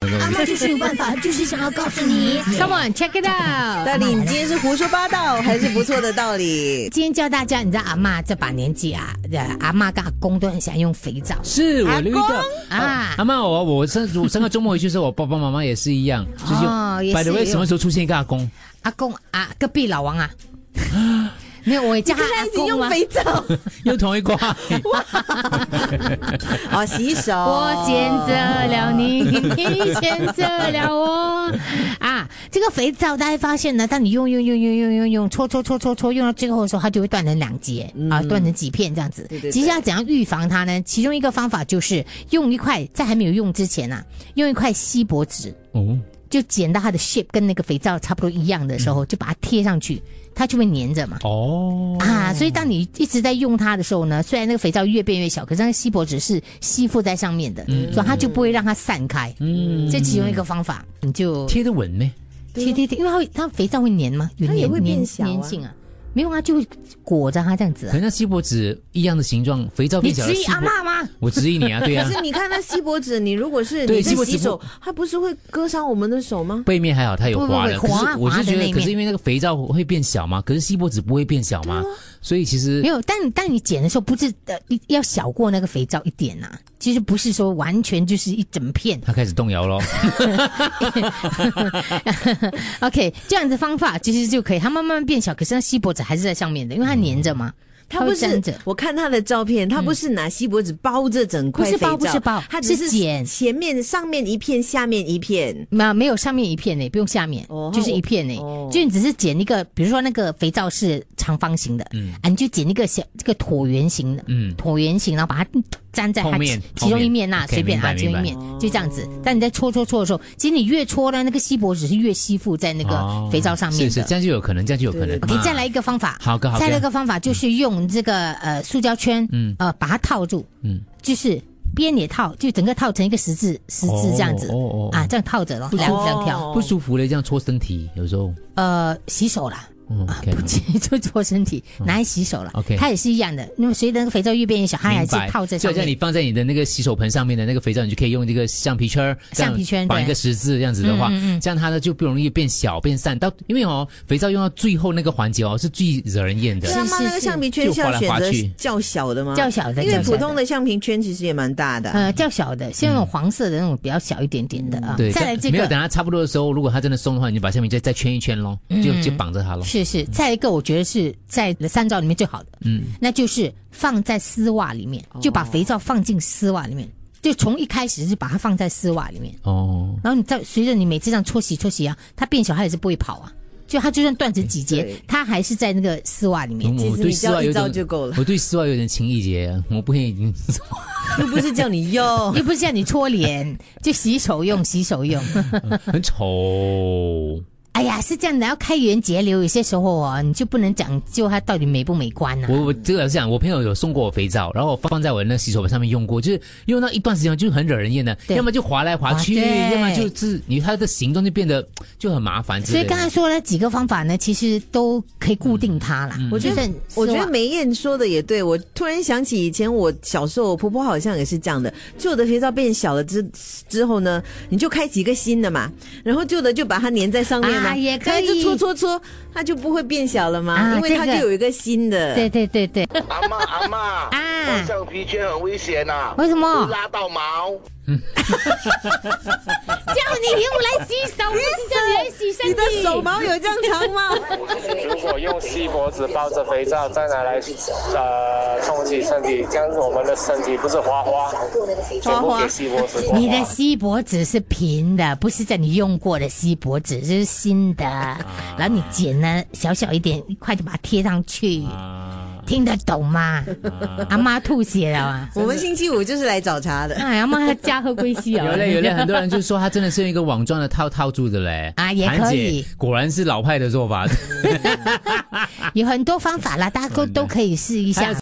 那啊就是有办法，就是想要告诉你。 Come on, check it out。到底你今天是胡说八道还是不错的道理？今天教大家，你知道阿嬷这把年纪啊，呃阿嬷跟阿公都很喜欢用肥皂是我留意阿到公哦啊。阿妈，我我上我上个周末回去的时候，我爸爸妈妈也是一样，就是哦也用是 by the way 用什么时候出现一个阿 公？阿公啊，隔壁 老王啊，没有，我也叫他现 在阿一直公用啊。肥皂又同一挂， 哦，洗手。我选择了你，你选择了我啊！这个肥皂大家发现呢，当你用用用用用用用搓搓搓搓搓，用到最后的时候，它就会断成两截、啊，断成几片这样子。嗯对对对其实要怎样预防它呢？其中一个方法就是用一块在还没有用之前啊，用一块锡箔纸， 哦，就剪到它的 shape 跟那个肥皂差不多一样的时嗯候，就把它贴上去，它就会粘着嘛。哦，啊，所以当你一直在用它的时候呢，虽然那个肥皂越变越小，可是那个锡箔纸是吸附在上面的，所以它就不会让它散开。嗯，这其中一个方法，你就贴得稳呢，贴贴贴，因为它会它肥皂会粘吗？有它也粘会变粘小啊粘性啊，没有啊，就会裹着它这样子、啊。可能那锡箔纸一样的形状，肥皂你哎变小质了疑锡阿箔，妈吗？我质疑你啊，对可 啊，是你看那锡箔纸，你如果是对你在锡箔纸洗不手，它不是会割伤我们的手吗？背面还好，它有划的，不不不可划是我划是的觉那得，面可是因为那个肥皂会变小嘛，可是锡箔纸不会变小嘛，所以其实没有，但你当你剪的时候，不是呃一要小过那个肥皂一点呐、啊，其实不是说完全就是一整片。 它开始动摇咯。 OK，这样子方法其实就可以，它慢慢变小，可是那锡箔纸还是在上面的，因为它粘着嘛，它会不粘是着，我看他的照片，他不是拿锡箔纸包着整块不肥是皂，包不是包它只是剪前面上面一片，下面一片。没有没有上面一片呢，不用下面，哦就是一片呢，哦就你只是剪一个，比如说那个肥皂是长方形的，啊，你就剪一个小这个椭圆形的，嗯椭圆形，然后把它粘在它后其面其中一面后呐，面随便 OK，啊，明白其中一面就这样子。但你在搓搓搓的时候，其实你越搓呢，那个锡箔纸是越吸附在那哦个肥皂上 面是的是，。这样就有可能，这样就有可能。 OK，啊再来一个方法，好个好个再来一个方法就是用这个呃塑胶圈，嗯呃把它套住，嗯，就是边也套，就整个套成一个十字十字这样子哦哦哦啊，这样套着，然后这样这样跳，不舒服嘞，这样搓身体，有时候。呃，洗手啦，嗯啊 OK，嗯不仅就搓身体，拿来洗手了。 OK 它也是一样的。那么随着那个肥皂越变越小，它还明是白，套在就上好像面你。放在你的那个洗手盆上面的那个肥皂，你就可以用这个橡皮圈儿，这样橡皮圈绑一对个十字这样子的话，嗯嗯嗯这样它呢就不容易变小变散。到因为哦，肥皂用到最后那个环节哦，是最惹人厌的对。啊，妈，是那个橡皮圈就是要划来选划择去较小的吗？较小的因为较小普的通的橡皮圈其实也蛮大的。呃，较小的，像那种黄色的那种比较小一点点的啊嗯对，。再来但这没有个等它差不多的时候，如果它真的松的话，你就把橡皮圈再圈一圈咯，就就绑着它咯。是是，再一个我觉得是在三皂里面最好的，嗯，哦那就是放在丝袜里面，就把肥皂放进丝袜里面，就从一开始就把它放在丝袜里面，哦，然后你再随着你每次这样搓洗搓洗啊，它变小它也是不会跑啊，就它就算断成几节对，它还是在那个丝袜里面。我嗯我其实对你丝只要袜一有招点就够了我对丝袜有点情意结啊，我不会。 又不是叫你用， 又不是叫你搓 脸，就洗手用，洗手用。很丑。哎呀，是这样的，要开源节流，有些时候啊，你就不能讲究它到底美不美观啊呐、 我我这个是讲，我朋友有送过我肥皂，然后我放在我的那洗手盆上面用过，就是用到一段时间就是很惹人厌的，对要么就滑来滑去，滑对要么就是你它的形状就变得就很麻烦之所类以的。刚才说了几个方法呢，其实都可以固定它啦。我觉得就是啊很我觉丝得袜梅燕说的也对。我突然想起以前我小时候，我婆婆好像也是这样的。旧的肥皂变小了之之后呢，你就开启一个新的嘛，然后旧的就把它粘在上面嘛，啊也可以然后就搓搓搓，它就不会变小了嘛，啊因为它这就个有一个新的。对对对对，阿妈阿妈，啊橡皮圈很危险呐、为什么会拉到毛。 叫你用来洗手，不是叫你来洗身体。 你的手毛有这样长 吗？如果用锡箔纸包着肥皂，再拿来呃冲洗身体，这样我们的身体不是花花，全部给锡箔纸刮花。你的锡箔纸是平的，不是在你用过的锡箔纸，这是新的。啊然后你剪呢，小小一点，一块就把它贴上去，啊，听得懂吗？阿妈吐血了 啊！我们星期五就是来找茬的。哎呀妈，他家和归西哦。有嘞有嘞， 很多人就说它真的是用一个网状的套套住的嘞。啊也谭可姐以果 然是老派的做法。有很多方法啦，大家都都可以试一下。